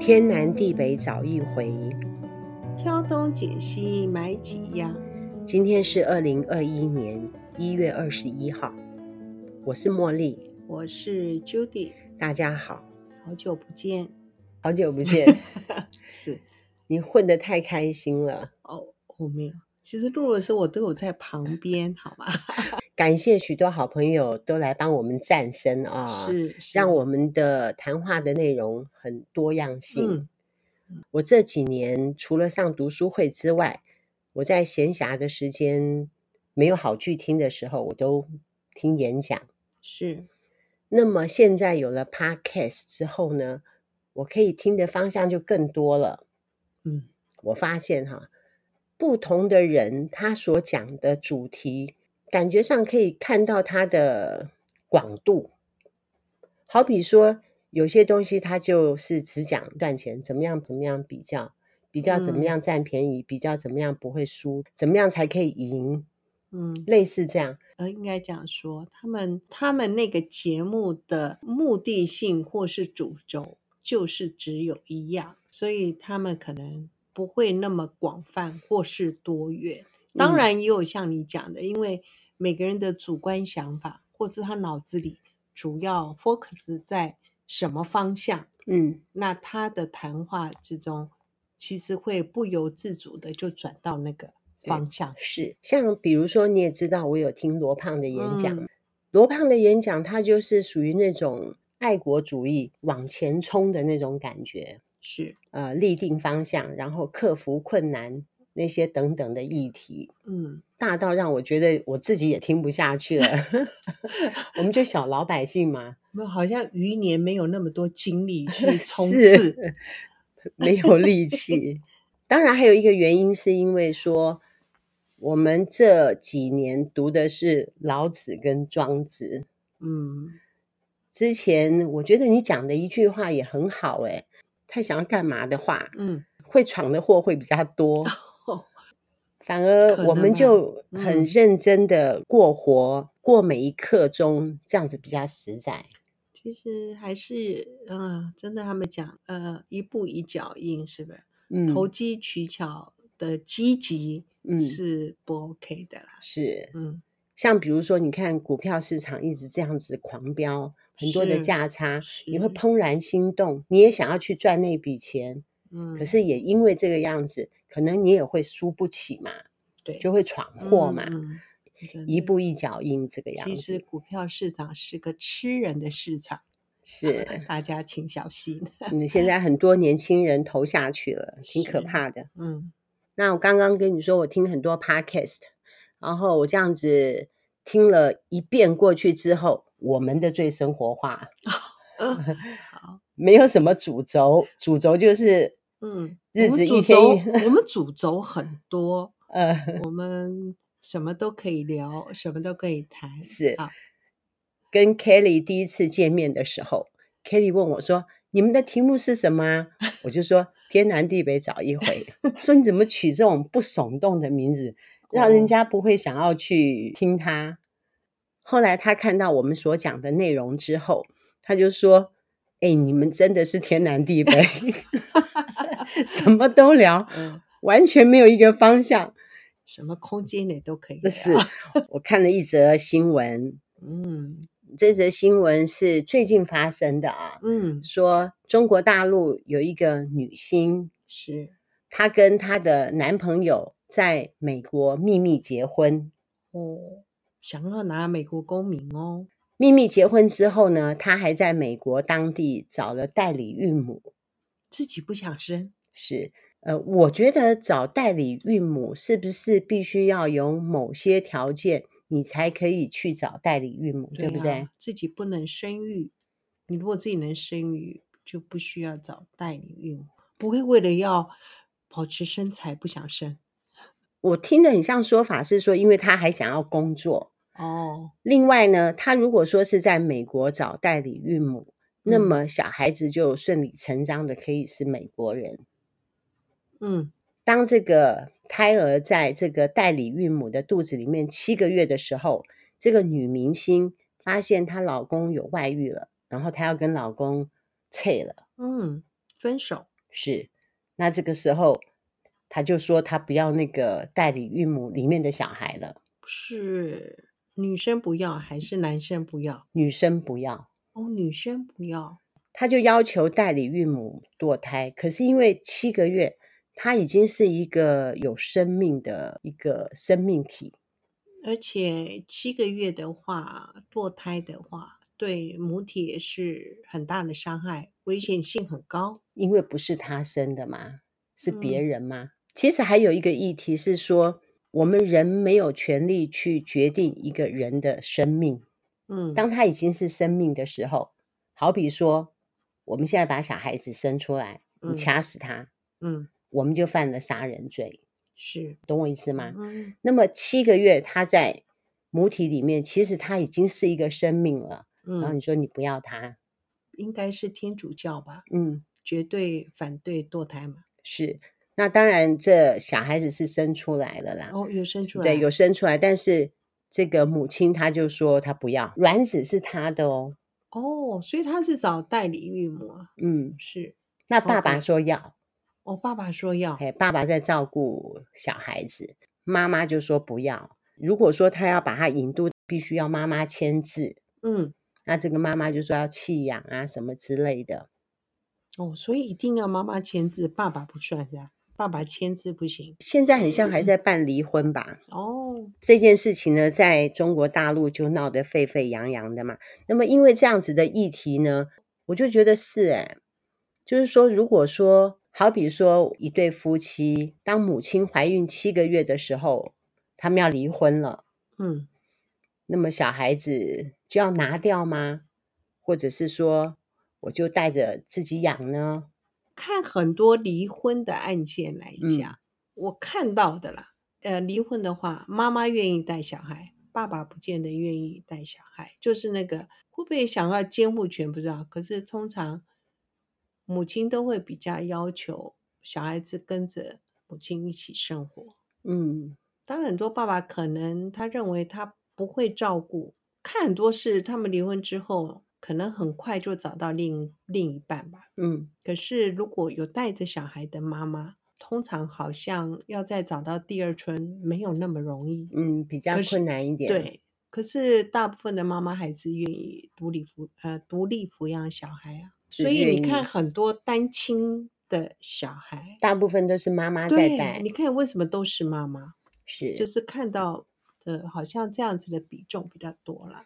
天南地北找一回。挑东拣西买几样。今天是二零二一年一月二十一号，我是茉莉，我是 Judy，大家好，好久不见。好久不 见，是你混得太开心了，哦，我没有。其实录的时候我都有在旁边，好吗？感谢许多好朋友都来帮我们站身啊，是是让我们的谈话的内容很多样性。嗯我这几年除了上读书会之外，我在闲暇的时间没有好剧听的时候，我都听演讲。是那么现在有了 podcast 之后呢，我可以听的方向就更多了。嗯，我发现哈，不同的人他所讲的主题，感觉上可以看到他的广度。好比说，有些东西他就是只讲赚钱，怎么样怎么样比较，比较怎么嗯样占便宜，比较怎么样不会输，怎么样才可以赢，嗯，类似这样。呃，应该讲说他们他们那个节目的目的性或是主轴就是只有一样，所以他们可能不会那么广泛或是多元。当嗯然也有像你讲的，因为每个人的主观想法或是他脑子里主要 focus 在什么方向，嗯，那他的谈话之中，其实会不由自主的就转到那个方向。是。像比如说，你也知道，我有听罗胖的演讲，嗯罗胖的演讲，他就是属于那种爱国主义往前冲的那种感觉。是，呃立定方向，然后克服困难那些等等的议题，嗯，大到让我觉得我自己也听不下去了。 我们就小老百姓嘛，那好像余年没有那么多 精力去冲是刺。没有力气。当然，还有一个原因是因为说，我们这几年读的是老子跟庄子。嗯，之前我觉得你讲的一句话也很好、诶，太想要干嘛的话，嗯，会闯的祸会比较多哦，反而可我能们吧就很嗯认真的过活，过每一刻钟，这样子比较实在。其实还是，嗯、真的他们讲，呃，一步一脚印，是不是？嗯，投机取巧的积极嗯是不 OK 的啦。是嗯，像比如说，你看股票市场一直这样子狂飙，很多的是价差，你会是怦然心动，你也想要去赚那笔钱，嗯，可是也因为这个样子，可能你也会输不起嘛，对，就会闯祸嗯嘛，嗯真一的步一脚印这个样子。其实股票市场是个吃人的市场，是， 大家请小心。你现在很多年轻人投下去了，挺可是怕的。 嗯那我刚刚跟你说，我听很多 podcast，然后我这样子听了一遍过去之后，我们的最生活化，没有什么主轴，主轴就是嗯，日我子们一主天轴一，我 们主轴很多，呃我们什么都可以聊，什么都可以谈。是啊，跟 Kelly 第一次见面的时候，Kelly 问我说：“你们的题目是什么啊？” 我就说：“天南地北找一回。”说你怎么取这种不耸动的名字，让人哦家不会想要去听他。后来他看到我们所讲的内容之后，他就说：“哎、你们真的是天南地北， 什么都聊，嗯，完全没有一个方向。”什么空间里都可以那聊。 是我看了一则新闻，嗯这则新闻是最近发生的啊，嗯，说中国大陆有一个女星，是她跟她的男朋友在美国秘密结婚。哦，想要拿美国公民哦。秘密结婚之后呢，她还在美国当地找了代理孕母。自己不想生，是，呃，我觉得找代理孕母是不是必须要有某些条件，你才可以去找代理孕母，对不啊对？自己不能生育，你如果自己能生育，就不需要找代理孕母，不会为了要保持身材不想生我听的很像说法是说，因为她还想要工作，哦。另外呢，他如果说是在美国找代理孕母，那嗯么小孩子就顺理成章的可以是美国人。嗯，当这个胎儿在这个代理孕母的肚子里面七个月的时候，这个女明星发现她老公有外遇了，然后她要跟老公撤了。嗯，分手是，那这个时候他就说他不要那个代理孕母里面的小孩了，是女生不要还是男生不要？女生不要。哦，女生不要，他就要求代理孕母堕胎，可是因为七个月，他已经是一个有生命的一个生命体，而且七个月的话，堕胎的话，对母体也是很大的伤害，危险性很高。因为不是他生的嘛，是别嗯人嘛。其实还有一个议题是说，我们人没有权利去决定一个人的生命。嗯，当他已经是生命的时候，好比说，我们现在把小孩子生出来，你嗯掐死他，嗯我们就犯了杀人罪，是懂我意思吗？嗯那么七个月他在母体里面，其实他已经是一个生命了。然后嗯你，说你不要他，应该是天主教吧，嗯，绝对反对堕胎嘛。是。那当然，这小孩子是生出来了啦，哦，有生出来，对，有生出来，但是这个母亲她就说她不要，卵子是她的哦，哦，所以他是找代理孕母啊，嗯，是。那爸爸 OK 说要，哦，爸爸说要，哎，爸爸在照顾小孩子，妈妈就说不要。如果说他要把他引渡，必须要妈妈签字，嗯，那这个妈妈就说要弃养啊什么之类的，哦，所以一定要妈妈签字，爸爸不算是吧？爸爸签字不行。现在很像还在办离婚吧？哦，这件事情呢，在中国大陆就闹得沸沸扬扬的嘛。那么因为这样子的议题呢，我就觉得是哎、就是说，如果说好比说一对夫妻，当母亲怀孕七个月的时候，他们要离婚了，嗯，那么小孩子就要拿掉吗？或者是说，我就带着自己养呢？看很多离婚的案件来嗯讲，我看到的啦，呃，离婚的话，妈妈愿意带小孩，爸爸不见得愿意带小孩，就是那个会不会想要监护权不知道，可是通常母亲都会比较要求小孩子跟着母亲一起生活。嗯，当然，很多爸爸可能他认为他不会照顾，看很多是他们离婚之后，可能很快就找到另另一半吧。嗯，可是如果有带着小孩的妈妈，通常好像要再找到第二春没有那么容易。嗯，比较可是困难一点。，对，可是大部分的妈妈还是愿意独立抚呃独立抚养小孩啊。是所以愿你看，意很多单亲的小孩，大部分都是妈妈在带对，你，看为什么都是妈妈？是，就是嗯看到的，好像这样子的比重比较多了。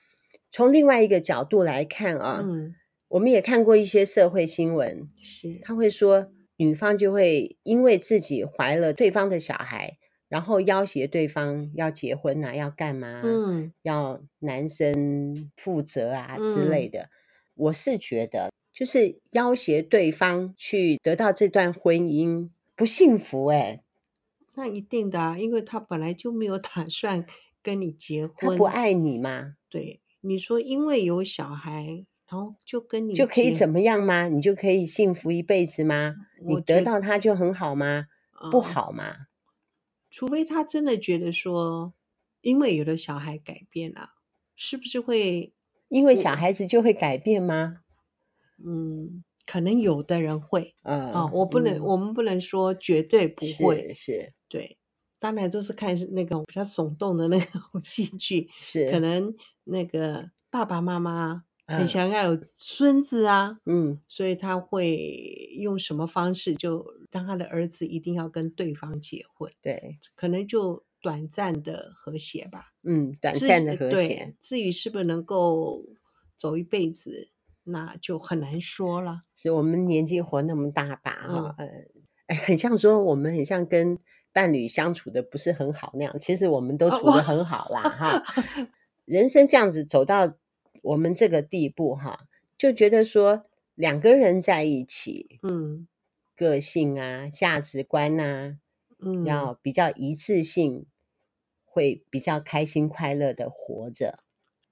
从另外一个角度来看啊，嗯，我们也看过一些社会新闻，是，他会说女方就会因为自己怀了对方的小孩，然后要挟对方要结婚啊，要干嘛，嗯要男生负责啊之嗯类的。我是觉得，就是要挟对方去得到这段婚姻不幸福、欸，那一定的啊，因为他本来就没有打算跟你结婚，他不爱你嘛，对，你说因为有小孩，然后就跟你就可以结怎么样吗？你就可以幸福一辈子吗？你我得觉到他就很好吗？不呃好嘛。除非他真的觉得说，因为有了小孩改变了、是不是会因为小孩子就会改变吗？嗯？可能有的人会嗯啊、我不能，嗯我们不能说绝对不会，是是对，当然都是看是那种比较耸动的那种 戏剧，是，可能那个爸爸妈妈很嗯想要有孙子啊，嗯所以他会用什么方式就让他的儿子一定要跟对方结婚，对可能就短暂的和谐吧，嗯短至暂的于和对谐至于是不是能够走一辈子，那就很难说了。是我们年纪活那么大吧哈，嗯呃，哎很像说我们很像跟伴侣相处的不是很好那样，其实我们都啊处我的很好啦哈。 人生这样子走到我们这个地步哈，就觉得说两个人在一起，嗯个性啊、价值观啊，嗯，要比较一致性，会比较开心快乐的活着。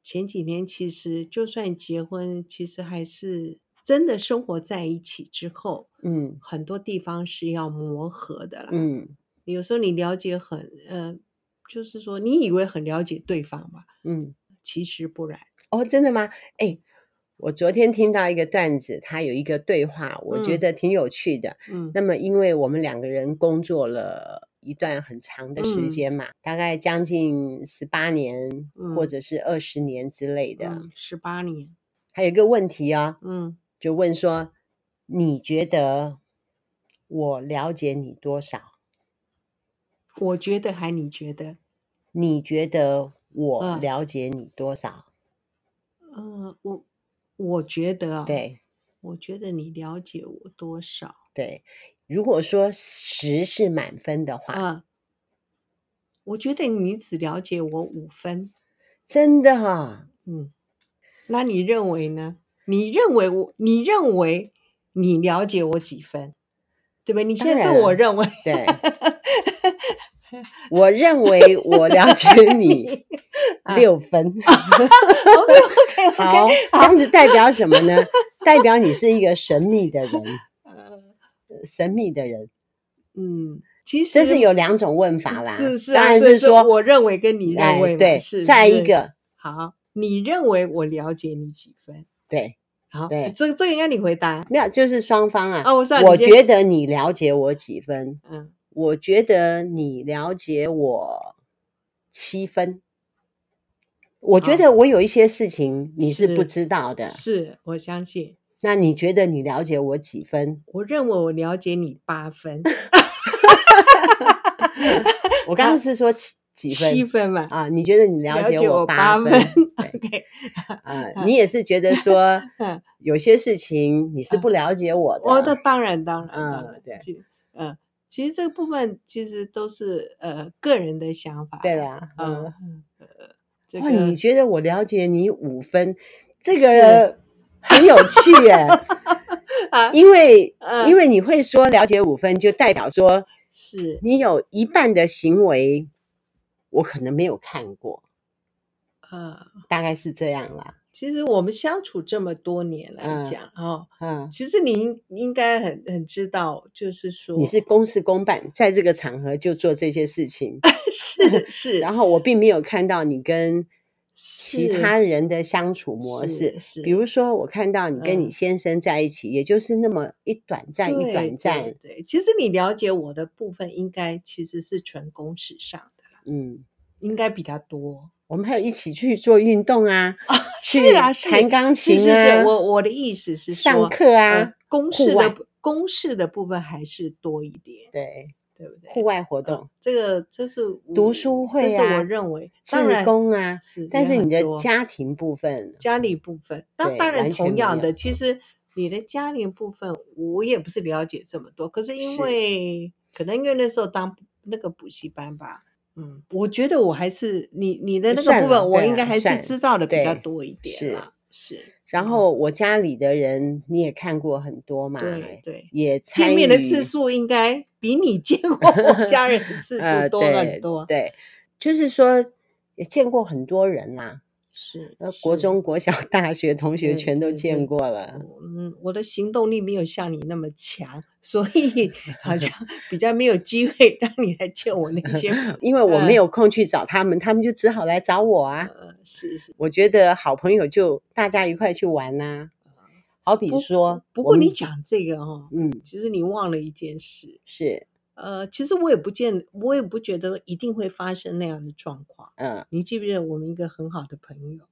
前几年其实就算结婚，其实还是真的生活在一起之后，嗯很多地方是要磨合的啦。，嗯有时候你了解很，呃，就是说你以为很了解对方吧，嗯，其实不然。哦，真的吗？哎，我昨天听到一个段子，他有一个对话，我觉嗯得挺有趣的。嗯那么，因为我们两个人工作了一段很长的时嗯间嘛，大概将近十八年、嗯或者是二十年之类的，嗯，十八年，还有一个问题啊、嗯就问说：你觉得我了解你多少？我觉得还你觉得？你觉得我嗯了解你多少？呃，我我觉得啊，，对我觉得你了解我多少对，如果说十是满分的话，啊？我觉得你只了解我五分，真的哈、嗯，那你认为呢？你认为我？你认为你了解我几分？对吧？你当现在然是我了认为 对，我认为我了解你啊六 分。 ，OK OK 好， OK，这样子代表什么呢？代表你是一个神秘的人，呃，神秘的人。嗯，其实这是有两种问法啦，是是当啊，然所以是说我认为跟你认哎为嘛对，是再是一个好，你认为我了解你几分？对，好，对这个这个应该你回答。没有就是双方啊。哦我知道我你先觉得你了解我几分，嗯，我觉得你了解我七分。我觉好得我有一些事情你是不哦是知道的，是我相信，那你觉得你了解我几分？我认为我了解你八分，我刚刚是说七几分？啊七分吧。啊，你觉得你了了解我我八分？对 OK，啊，你也是觉得说 嗯有些事情你是不了解我的。哦，那当然当然，当嗯然对其嗯，其实这个部分其实都是呃个人的想法。对啦，嗯，嗯，这哇，个你觉得我了解你五分，这是个 很有趣 耶、啊因为、嗯因为你会说了解五分，就代表说是你有一半的行为我可能没有看过，呃，大概是这样啦。其实我们相处这么多年来嗯讲哦，嗯，其实你应应该很很知道，就是说 你是嗯公事公办，在这个场合就做这些事情，是是， 然后我并没有看到你跟其是他人的相处模式。是，比如说，我看到你跟你嗯先生在一起，也就是那么一短暂对一短对暂，对，其实你了解我的部分，应该其实是纯公式上的啦，嗯，应该比较多。我们还有一起去做运动啊， 是啊，去是弹钢琴啊，是是是，我我的意思是说，上课啊，呃，公户式外的公式的部分还是多一点，对，对不对？呃户外活动、这个这是读我书会这是啊我认为，当志然工啊，是，但也是你很的多家庭部分，家里部分，那对当然完全同没样的，有其实你的家里部分我也不是了解这么多，可是因是为可能因为那时候当那个补习班吧。嗯，我觉得我还是你你的那个算部了分，我对应该啊还是算知道的比较对多一点是啦。是，然嗯后我家里的人你也看过很多嘛，对对，也参见面的与次数应该比你见过 我家人的次呃数多很对多。对，就是说也见过很多人啦、是，那国是中、国小、大学同学对全都对对见过了，嗯，我的行动力没有像你那么强，所 以好像比较没有机会让你来见我那些 朋友。因为我没嗯有空去找他们，他们就只好来找我啊。呃，是是，我觉得好朋友就大家一块去玩呐、好比不说，不我过你们讲这个哦，嗯其实你忘了一件事，是呃，其实我也不见，我也不觉得一定会发生那样的状况。嗯你记不记得我们一个很好的朋友，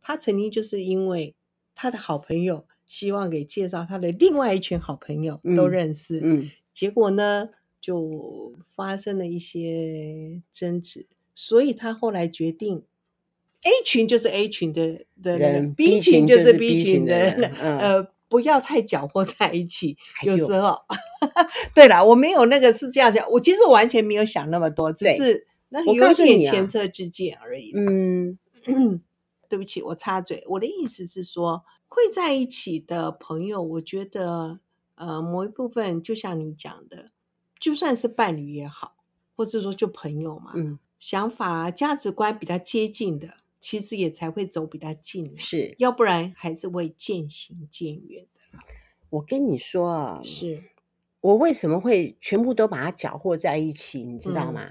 他曾经就是因为他的好朋友希望给介绍他的另外一群好朋友都嗯认识，嗯结果呢，就发生了一些争执，所以他后来决定，A 群就是 A 群的的呃那个人 B 群就是 B 群的人人，，嗯，哎呃，不要太搅和在一起。还有时候， 对啦，我没有那个是这样讲，我其实完全没有想那么多，只对是那我有告诉点你啊前车之鉴而已。嗯对不起，我插嘴，我的意思是说，会在一起的朋友，我觉得呃，某一部分就像你讲的，就算是伴侣也好，或者说就朋友嘛，嗯想法、价值观比较接近的，其实也才会走比较近啊，是。要不然还是会渐行渐远的。我跟你说啊，是，我为什么会全部都把它搅和在一起，你知道嗯吗？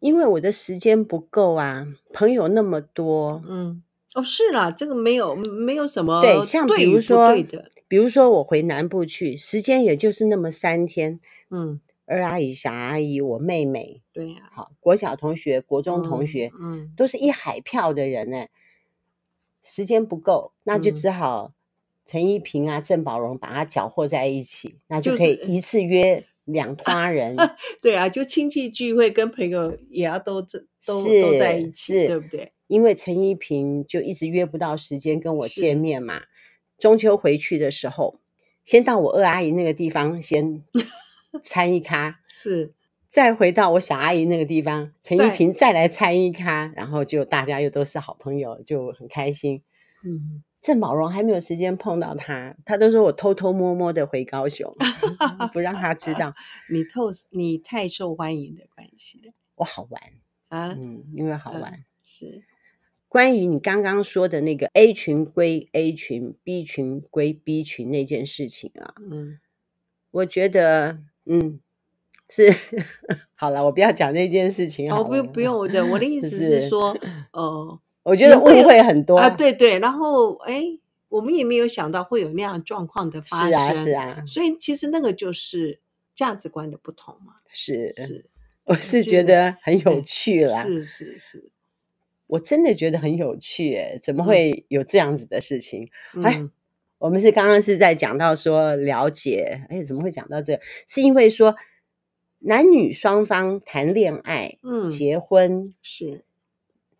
因为我的时间不够啊，朋友那么多，嗯哦，是啦，这个没有没有什么对，像比如与不说对的，，比如说我回南部去，时间也就是那么三天。嗯，二阿姨、小阿姨、我妹妹，对呀、好，国小同学、国中同学，嗯，都是一海票的人呢、时间不够，那就嗯只好陈一平啊、郑宝荣把它搅和在一起，那就就可以是一次约两团 人，嗯对啊，就亲戚聚会跟朋友也要都这都是都在一起，是对不对？因为陈一平就一直约不到时间跟我是见面嘛。中秋回去的时候，先到我二阿姨那个地方 先参一咖，是再回到我小阿姨那个地方，陈一再平再来参一咖，然后就大家又都是好朋友，就很开心。嗯，郑宝荣还没有时间碰到他，他都说我偷偷摸摸的回高 雄，不让他知道你透你太受欢迎的关系了我好玩，啊，嗯，因为好嗯玩。是关于你刚刚说的那个 A 群归 A 群，B 群归 B 群那件事情啊，嗯，我觉得，嗯，是 好了，我不要讲那件事情好哦了。不不用我的，我的意就思是是说，呃我觉得你误会会很多啊，，对对，然后哎，我们也没有想到会有那样状况的发是啊，生，是啊，所以其实那个就是价值观的不同嘛，是，是我我是觉觉得得很有哎趣啦。是是是，我真的觉得很有趣、诶，怎么嗯会有这样子的事情？哎嗯我们是刚刚是在讲到说了解，哎，怎么会讲到这个？是因为说男女双方谈恋爱、嗯结婚，是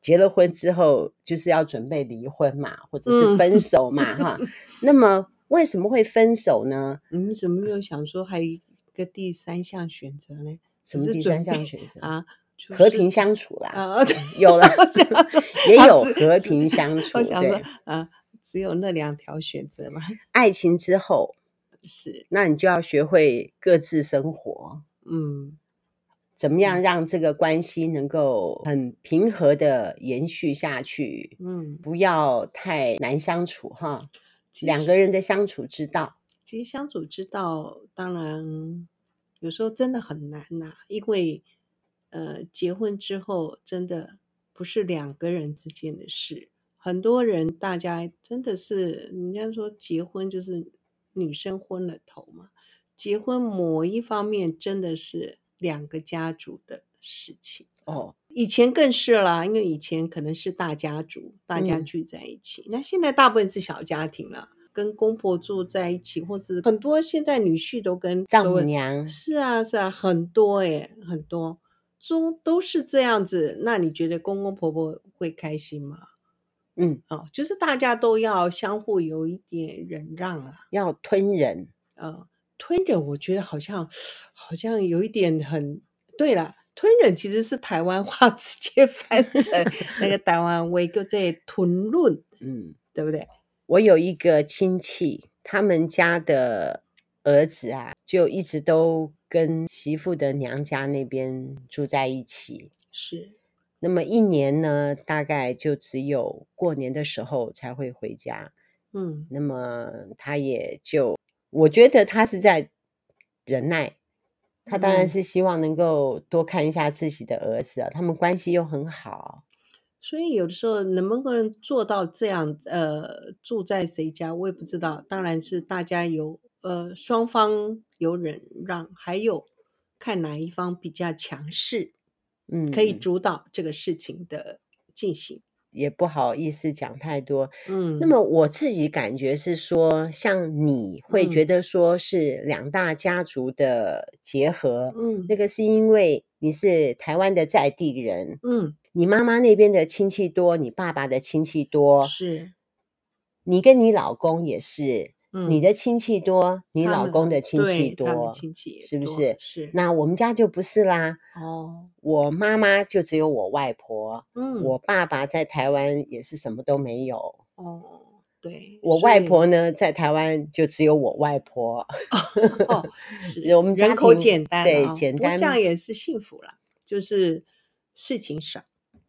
结了婚之后就是要准备离婚嘛，或者是嗯分手嘛，哈。那么为什么会分手呢？你怎么没有想说还有一个第三项选择呢？什只么是第准三项备选择？啊，就嗯和是平相处啦，啊，对有了 我想也他有只和只平相处我想说对啊，只有那两条选择嘛，爱情之后，是那你就要学会各自生活。嗯怎么样让这个关系能够很平和的延续下去，嗯，不要太难相处哈。其两实个人的相处之道，其实相处之道，当然有时候真的很难呐、因为呃，结婚之后真的不是两个人之间的事。很多人大家真的是，人家说结婚就是女生昏了头嘛，结婚某一方面真的是两个家族的事情。哦，以前更是啦，因为以前可能是大家族，大家嗯聚在一起。那现在大部分是小家庭了，跟公婆住在一起，或是很多现在女婿都跟丈所母谓娘是啊是啊，很多诶、很多中都是这样子。那你觉得公公婆婆会开心吗？嗯，哦，就是大家都要相互有一点忍让啊。要吞人，呃，吞忍我觉得好像好像有一点很对啦。吞忍其实是台湾 话直接翻成那个台湾话叫做吞论，嗯。对不对？我有一个亲戚，他们家的儿子啊，就一直都跟媳妇的娘家那边住在一起。是，那么一年呢，大概就只有过年的时候才会回家。嗯那么他也就，我觉得他是在忍耐，他当然嗯是希望能够多看一下自己的儿子啊，他们关系又很好，所以有的时候能不能做到这样，呃，住在谁家我也不知道。当然是大家有呃双方有忍让，还有看哪一方比较强势，嗯，可以主导这个事情的进行。也不好意思讲太多。嗯，那么我自己感觉是说，像你会觉嗯得说是两大家族的结合，嗯那个是因为你是台湾的在地人，嗯你妈妈那边的亲戚多，你爸爸的亲戚多，是。你跟你老公也是，你嗯的亲戚多，你他老们公的亲戚对他们多，亲戚也是不多是是。那我们家就不是啦。哦，我妈妈就只有我外婆，嗯，我爸爸在台湾也是什么都没有，哦，对，我所外以婆呢在台湾就只有我外婆。 哦，是我们家人口庭简单了对啊简不过这单样也是幸福了，就是事情少。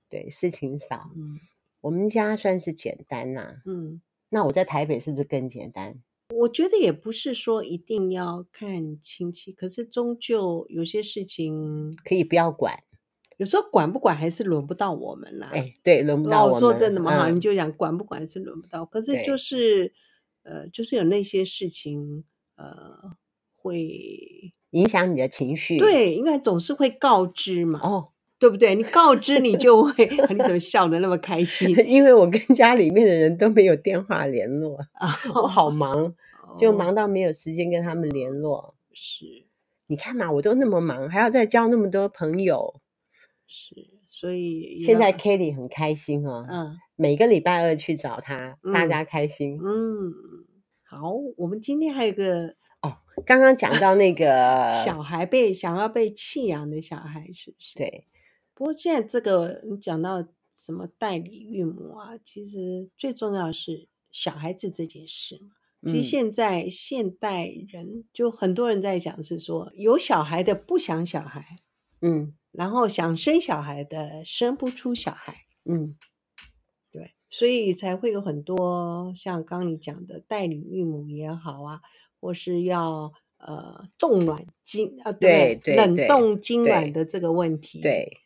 对，事情少，嗯我们家算是简单啦、嗯，那我在台北是不是更简单？我觉得也不是说一定要看亲戚，可是终究有些事情可以不要管，有时候管不管还是轮不到我们啦、哎，对，轮不到我哦，们。说真的嘛，哈、嗯你就讲管不管是轮不到，可是对就是呃，就是有那些事情呃会影响你的情绪。，对，因为总是会告知嘛，哦， 对不对？你告知你就会，你怎么笑得那么开心？因为我跟家里面的人都没有电话联络，我好忙， 就哦忙到没有时间跟他们联络。是你看嘛，我都那么忙，还要再交那么多朋友。是，所以也现要在 Kelly 很开心哦，嗯每个礼拜二去找他，大嗯家开心。嗯好，我们今天还有一个刚刚讲到 那个小孩被想要被弃养的小孩，是不是？对，不过现在这个你讲到什么代理孕母啊，其实最重要是小孩子这件事嘛。其实嗯现在现代人就很多人在讲是说，有小孩的不想小孩，嗯然后想生小孩的生不出小孩，嗯对，所以才会有很多像刚你讲的代理孕母也好啊，或是要呃冻卵精啊，对不对对冷冻精对卵的这个问题，对，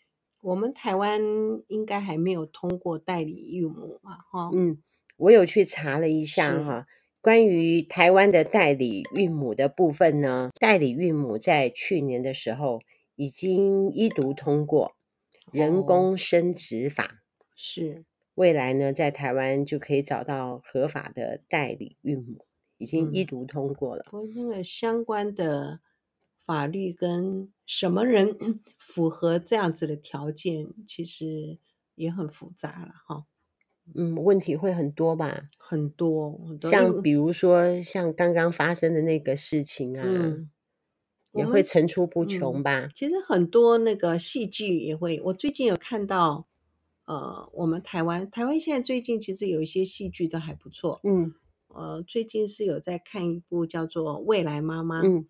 我们台湾应该还没有通过代理育母嘛，哈、嗯，我有去查了一下哦是哈、关于台湾的代理孕母的部分呢，代理孕母在去年的时候已经一读通过人哦工生殖法，是，未来呢在台湾就可以找到合法的代理孕母，已经一嗯读通过了。不过那个相关的法律跟什么人符合这样子的条件，其实也很复杂了，哈、嗯，问题会很多吧？很多很多，因像为比如说像刚刚发生的那个事情啊，嗯，我也们会层出不穷嗯吧？其实很多那个戏剧也会，我最近有看到，呃，我们台湾台湾现在最近其实有一些戏剧都还不错，嗯呃，最近是有在看一部叫做《未来妈妈》。嗯，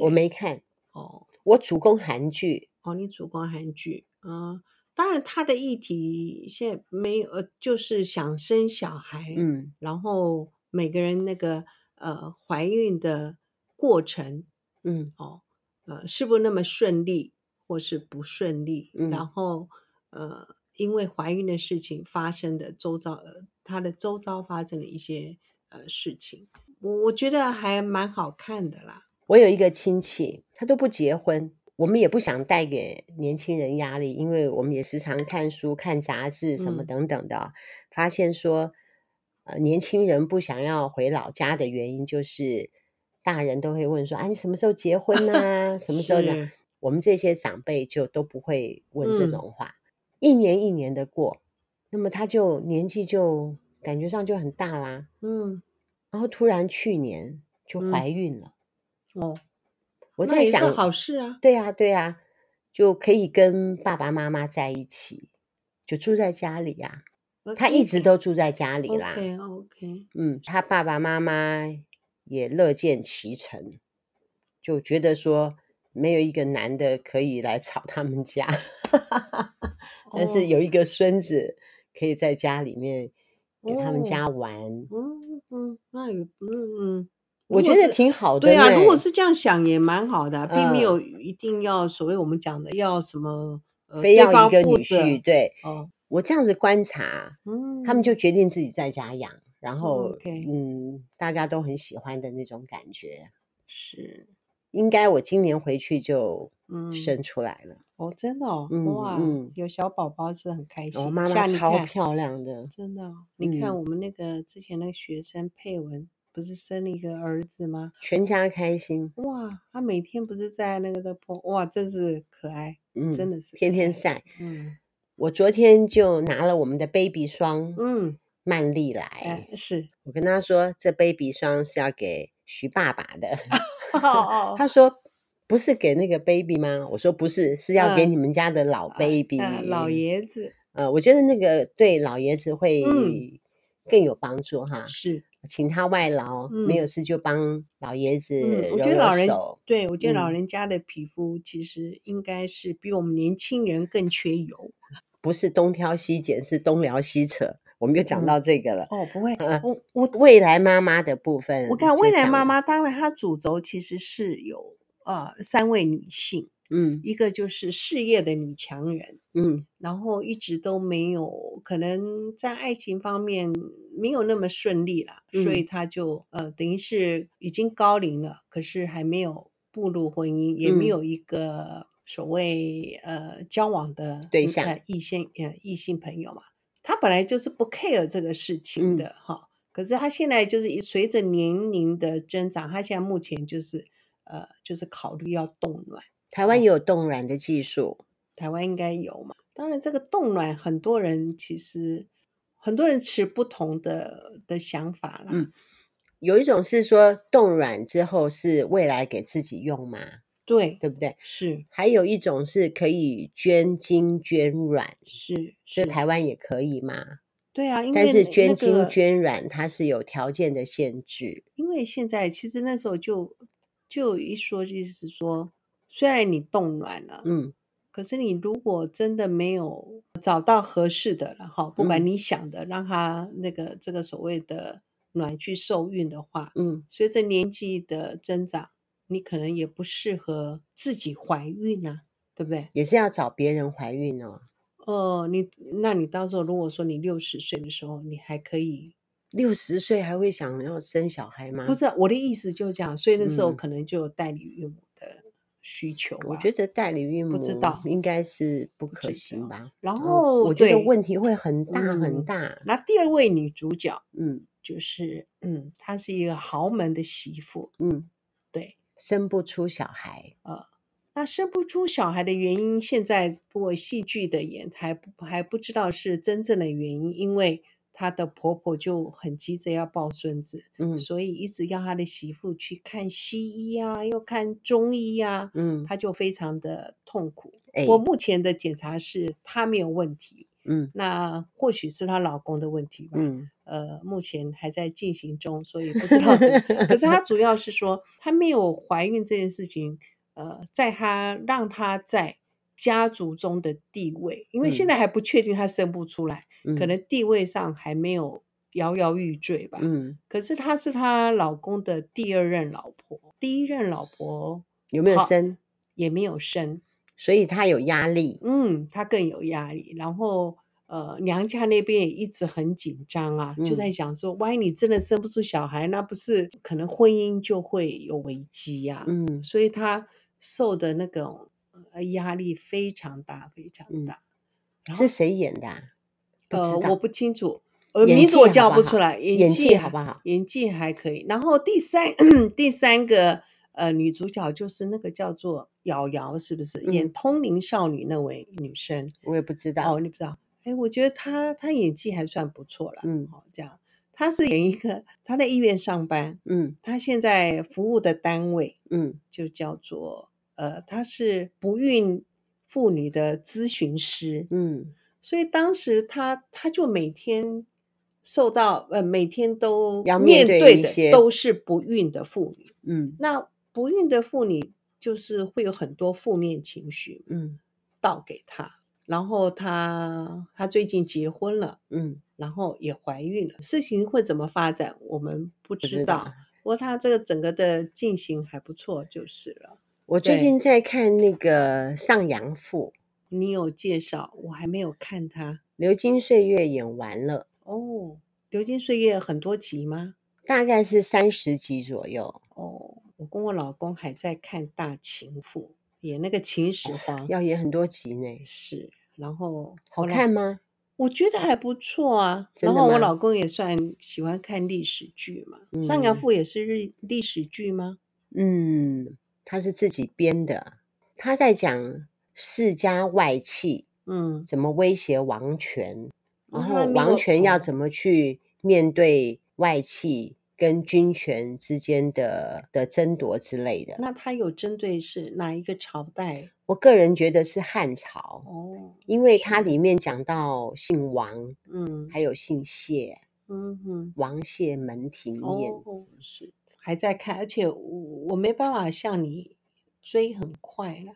我对没看，哦我主攻韩剧。哦，你主攻韩剧啊、呃当然他的议题现在没有，呃，就是想生小孩，嗯，然后每个人那个呃怀孕的过程，嗯呃，是不是那么顺利，或是不顺利，嗯然后呃，因为怀孕的事情发生的周遭，呃，他的周遭发生的一些呃事情，我我觉得还蛮好看的啦。，我有一个亲戚，他都不结婚，我们也不想带给年轻人压力，因为我们也时常看书、看杂志什么嗯等等的啊，发现说，呃，年轻人不想要回老家的原因就是，大人都会问说，啊，你什么时候结婚 呐、什么时候呢？是？我们这些长辈就都不会问这嗯种话，一年一年的过，那么他就年纪就感觉上就很大啦，嗯，然后突然去年就嗯怀孕了。哦，我那在也是想，好事啊。对呀、对呀、就可以跟爸爸妈妈在一起，就住在家里呀、呃他一直都住在家里啦， OK OK，嗯，他爸爸妈妈也乐见其成，就觉得说没有一个男的可以来吵他们家，但哦是有一个孙子可以在家里面给他哦们家玩，嗯嗯，那也嗯嗯，我如觉果得是挺好的呢。对啊，如果是这样想也蛮好的啊，并嗯没有一定要所谓我们讲的要什么呃非要对方一个负女责婿，对哦，我这样子观察，嗯，哦他们就决定自己在家养，然后 OK 嗯，大家都很喜欢的那种感觉。是应该我今年回去就嗯生出来了，哦，真的哦，嗯哇嗯，有小宝宝是很开然后心，妈妈像你超看漂亮的，真的哦，你看嗯我们那个之前那个学生佩文不是生了一个儿子吗？全家开心，哇，他每天不是在那个的播，哇，真是可爱，嗯，真的是天可天爱晒。嗯我昨天就拿了我们的 baby 霜嗯，曼丽来，哎、 是，我跟她说这 baby 霜是要给徐爸爸的，哦哦，她说。不是给那个 baby 吗？我说不是，是要给嗯你们家的老啊 baby，、啊老爷子呃，我觉得那个对老爷子会嗯更有帮助哈，是，请他外劳，没有嗯事就帮老爷子嗯，揉我觉得揉老人手。，对我觉得老嗯人家的皮肤其实应该是比我们年轻人更缺油不是东挑西拣，是东聊西扯。我们就讲嗯到这个了。哦，不会，呃我我未来妈妈的部分，我看未来妈妈，妈，当然她主轴其实是有呃三位女性，嗯一个就是事业的女强人，嗯然后一直都没有，可能在爱情方面没有那么顺利啦，所嗯以她就呃，等于是已经高龄了，可是还没有步入婚姻，也没嗯有一个所谓呃交往的对嗯象呃异性呃异性朋友嘛。她本来就是不 care 这个事情嗯的哈、可是她现在就是一随着年龄的增长，她现在目前就是呃，就是考虑要冻卵。台湾也有冻卵的技术，台湾应该有嘛。当然，这个冻卵很多人其实很多人持不同的的想法啦。嗯有一种是说冻卵之后是未来给自己用嘛，对，对不对？是还有一种是可以捐精捐卵，是这是，台湾也可以嘛？对啊，因为但是那捐那精个捐卵它是有条件的限制，因为现在其实那时候就就一说就是说，虽然你冻卵了，嗯可是你如果真的没有找到合适的了哈，不管嗯你想的让他那个这个所谓的卵去受孕的话，嗯随着年纪的增长，你可能也不适合自己怀孕啊，对不对？也是要找别人怀孕哦。呃，你那你到时候如果说你六十岁的时候，你还可以，六十岁还会想要生小孩吗？不是啊我的意思就是这样，所以那时候嗯可能就有代理孕母的需求我啊。觉得代理孕母不知道应该是不不可知行道吧。然然后后哦我觉得对问题会很大很嗯大。那第二位女主角嗯就是嗯，她是一个豪门的媳妇，嗯，对，生不出小孩。那生不出小孩的原因，现在如果戏剧的演还不还不知道是真正的原因，因为她的婆婆就很急着要抱孙子，嗯所以一直要她的媳妇去看西医啊，又看中医啊，嗯，她就非常的痛苦。哎、我目前的检查是她没有问题，嗯那或许是她老公的问题吧。嗯呃，目前还在进行中，所 以不知道怎么。可是她主要是说，她没有怀孕这件事情，呃，在她让她在家族中的地位，因为现嗯在还不确定她生不出来，可嗯能地位上还没有摇摇欲坠吧。嗯，可是她是她老公的第二任老婆，第一任老婆有没有好生？也没有生，所以他有压力。嗯，她更有压力。然后呃，娘家那边也一直很紧张啊，就在嗯想说，万一你真的生不出小孩，那不是可能婚姻就会有危机呀、嗯所以她受的那种呃压力非常大，非常嗯，大。然后是谁演的、啊？不知呃，道。我不清楚，呃，演名字我技好叫不不好出来，演演技技好还不好？演技还可以。然后第三 第三个呃女主角就是那个叫做瑶瑶，是不是演嗯，通灵少女那位女生？我也不知哦，道。你不知道？哎，我觉得她她演技还算不错了。嗯哦，这样，她是演一个她在医院上班，嗯她现在服务的单位嗯就叫做呃，她是不孕妇女的咨询师。嗯所以当时他他就每天受到呃每天都要面面对对一的些都是不孕的妇女。嗯那不孕的妇女就是会有很多负面情绪嗯倒给她，然后她她最近结婚了，嗯，然后也怀孕了，事情会怎么发展我们不不知知道。道。不过她这个整个的进行还不错，就是了。我最对近在看那个《上阳赋》，你有介绍，我还没有看她流金岁月演完了，哦。流金岁月很多集吗？大概是三十集左右，哦，我跟我老公还在看《大情妇》，演那个秦始皇要演很多集呢。是，然后好我看老吗？我觉得还不错啊。然真的后我吗？老公也算喜欢看历史剧嘛，《上阳嗯赋》也是日历史剧吗？嗯，他是自己编的，他在讲世家外戚嗯，怎么威胁王权，然那后他没王有权要哦，怎么去面对外戚跟军权之间的的争夺之类的。那他有针对是哪一个朝代？我个人觉得是汉朝，哦，因为它是，里面讲到姓王，嗯还有姓谢，嗯哼，王谢门庭宴。哦，是，还在看，而且我我没办法像你追很快了。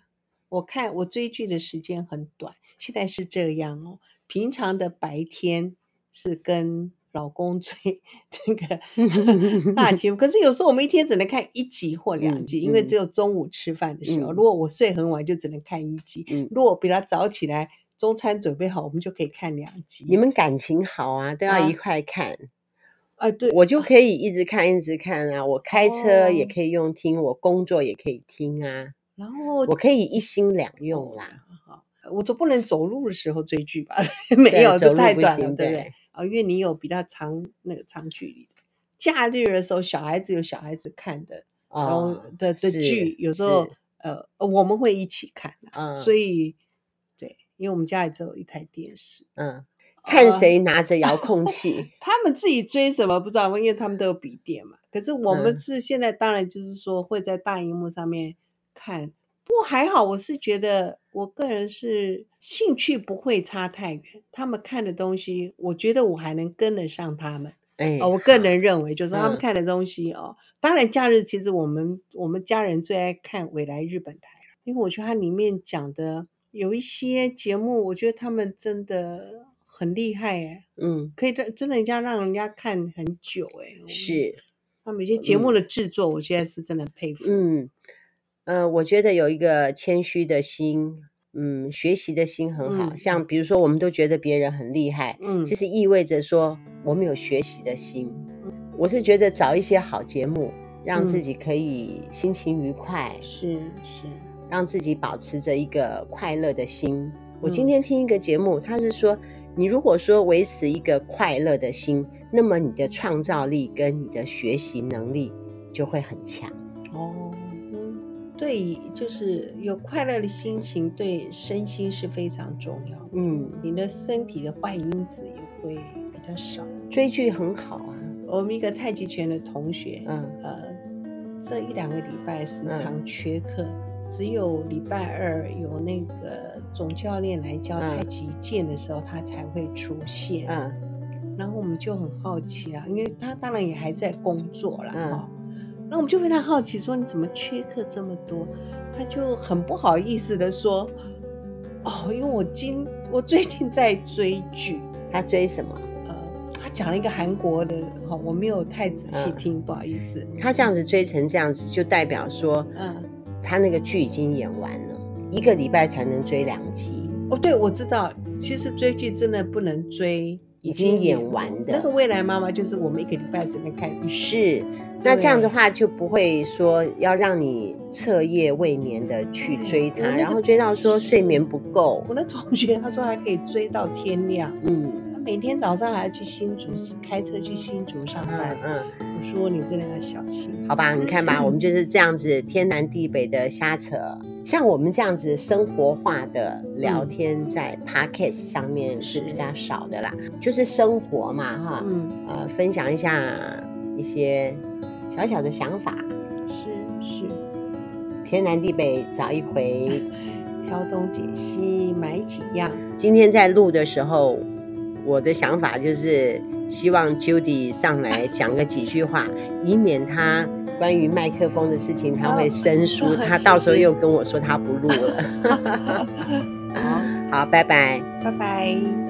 我看我追剧的时间很短，现在是这样哦。平常的白天是跟老公最 这 个大节目。可是有时候我们一天只能看一集或两集，嗯因为嗯只有中午吃饭的时候。嗯如果我睡很晚，就只能看一集； 嗯如果我比他早起来，中餐准备好，我们就可以看两集。你们感情好啊，都要啊一块看，啊，对，我就可以一直看一直看啊。我开车也哦可以用听，我工作也可以听啊，然后我可以一心两用啦。哦。好我总不能走路的时候追剧吧？ 没有，走这路太不短了，行对不对对？啊，因为你有比较长那个长距离的。假日的时候，小孩子有小孩子看的，然后哦，的的是剧，有时候是呃，我们会一起看啊、嗯，所以对，因为我们家里只有一台电视，嗯，看呃谁拿着遥控 器，他们自己追什么不知道，因为他们都有笔电嘛。可是我们嗯是现在当然就是说会在大荧幕上面看，不过还好，我是觉得我个人是兴趣不会差太远，他们看的东西，我觉得我还能跟得上他们。哎，哦，我好个人认为就是他们嗯看的东西哦，当然假日其实我们我们家人最爱看未来日本台了，因为我觉得它里面讲的有一些节目，我觉得他们真的很厉害哎，嗯可以让真的要让人家看很久哎。我是他们有些节目的制作，我现在是真的很佩服。嗯呃，我觉得有一个谦虚的心，嗯，学习的心很好。嗯像比如说，我们都觉得别人很厉害，嗯其实意味着说我们有学习的心。我是觉得找一些好节目，让自嗯己可以心情愉快，是是，让自己保持着一个快乐的心。我今嗯天听一个节目，他是说，你如果说维持一个快乐的心，那么你的创造力跟你的学习能力就会很强。哦，嗯，对，就是有快乐的心情，对身心是非常重要的。嗯，你的身体的坏因子也会比较少。追剧很好啊。我们一个太极拳的同学，嗯呃，这一两个礼拜时嗯常缺课，只有礼拜二有那个总教练来教嗯太极剑的时候，他才会出现。嗯然后我们就很好奇啊啦，因为他当然也还在工作啦，嗯哈、那我们就非常好奇，说你怎么缺课这么多？他就很不好意思的说，哦，因为我今我最近在追剧，，他追什么？呃，他讲了一个韩国的，哈、我没有太仔细嗯听，不好意思，他这样子追成这样子，就代表说嗯，他那个剧已经演完了，一个礼拜才能追两集。哦，对，我知道，其实追剧真的不能追已经演完的那个未来妈妈就是我们一个礼拜只能看一集，是，那这样的对话就不会说要让你彻夜未眠的去追他，我那个然后追到说睡眠不够。我那同学他说还可以追到天亮。嗯他每天早上还要去新竹，开车去新竹上班嗯。嗯，我说你真的要小心。好吧，你看吧，嗯我们就是这样子天南地北的瞎扯。像我们这样子生活化的聊天，在 podcast 上面是比嗯是较少的啦，就是生活嘛，哈。嗯，呃，分享一下一些小小的想法，嗯是是，天南地北找一回。挑东拣西买几样。今天在录的时候，我的想法就是希望 Judy 上来讲个几句话，以免她关于麦克风的事情她会生疏，哦她到时候是是又跟我说她不录了。 好，好，拜拜。拜拜。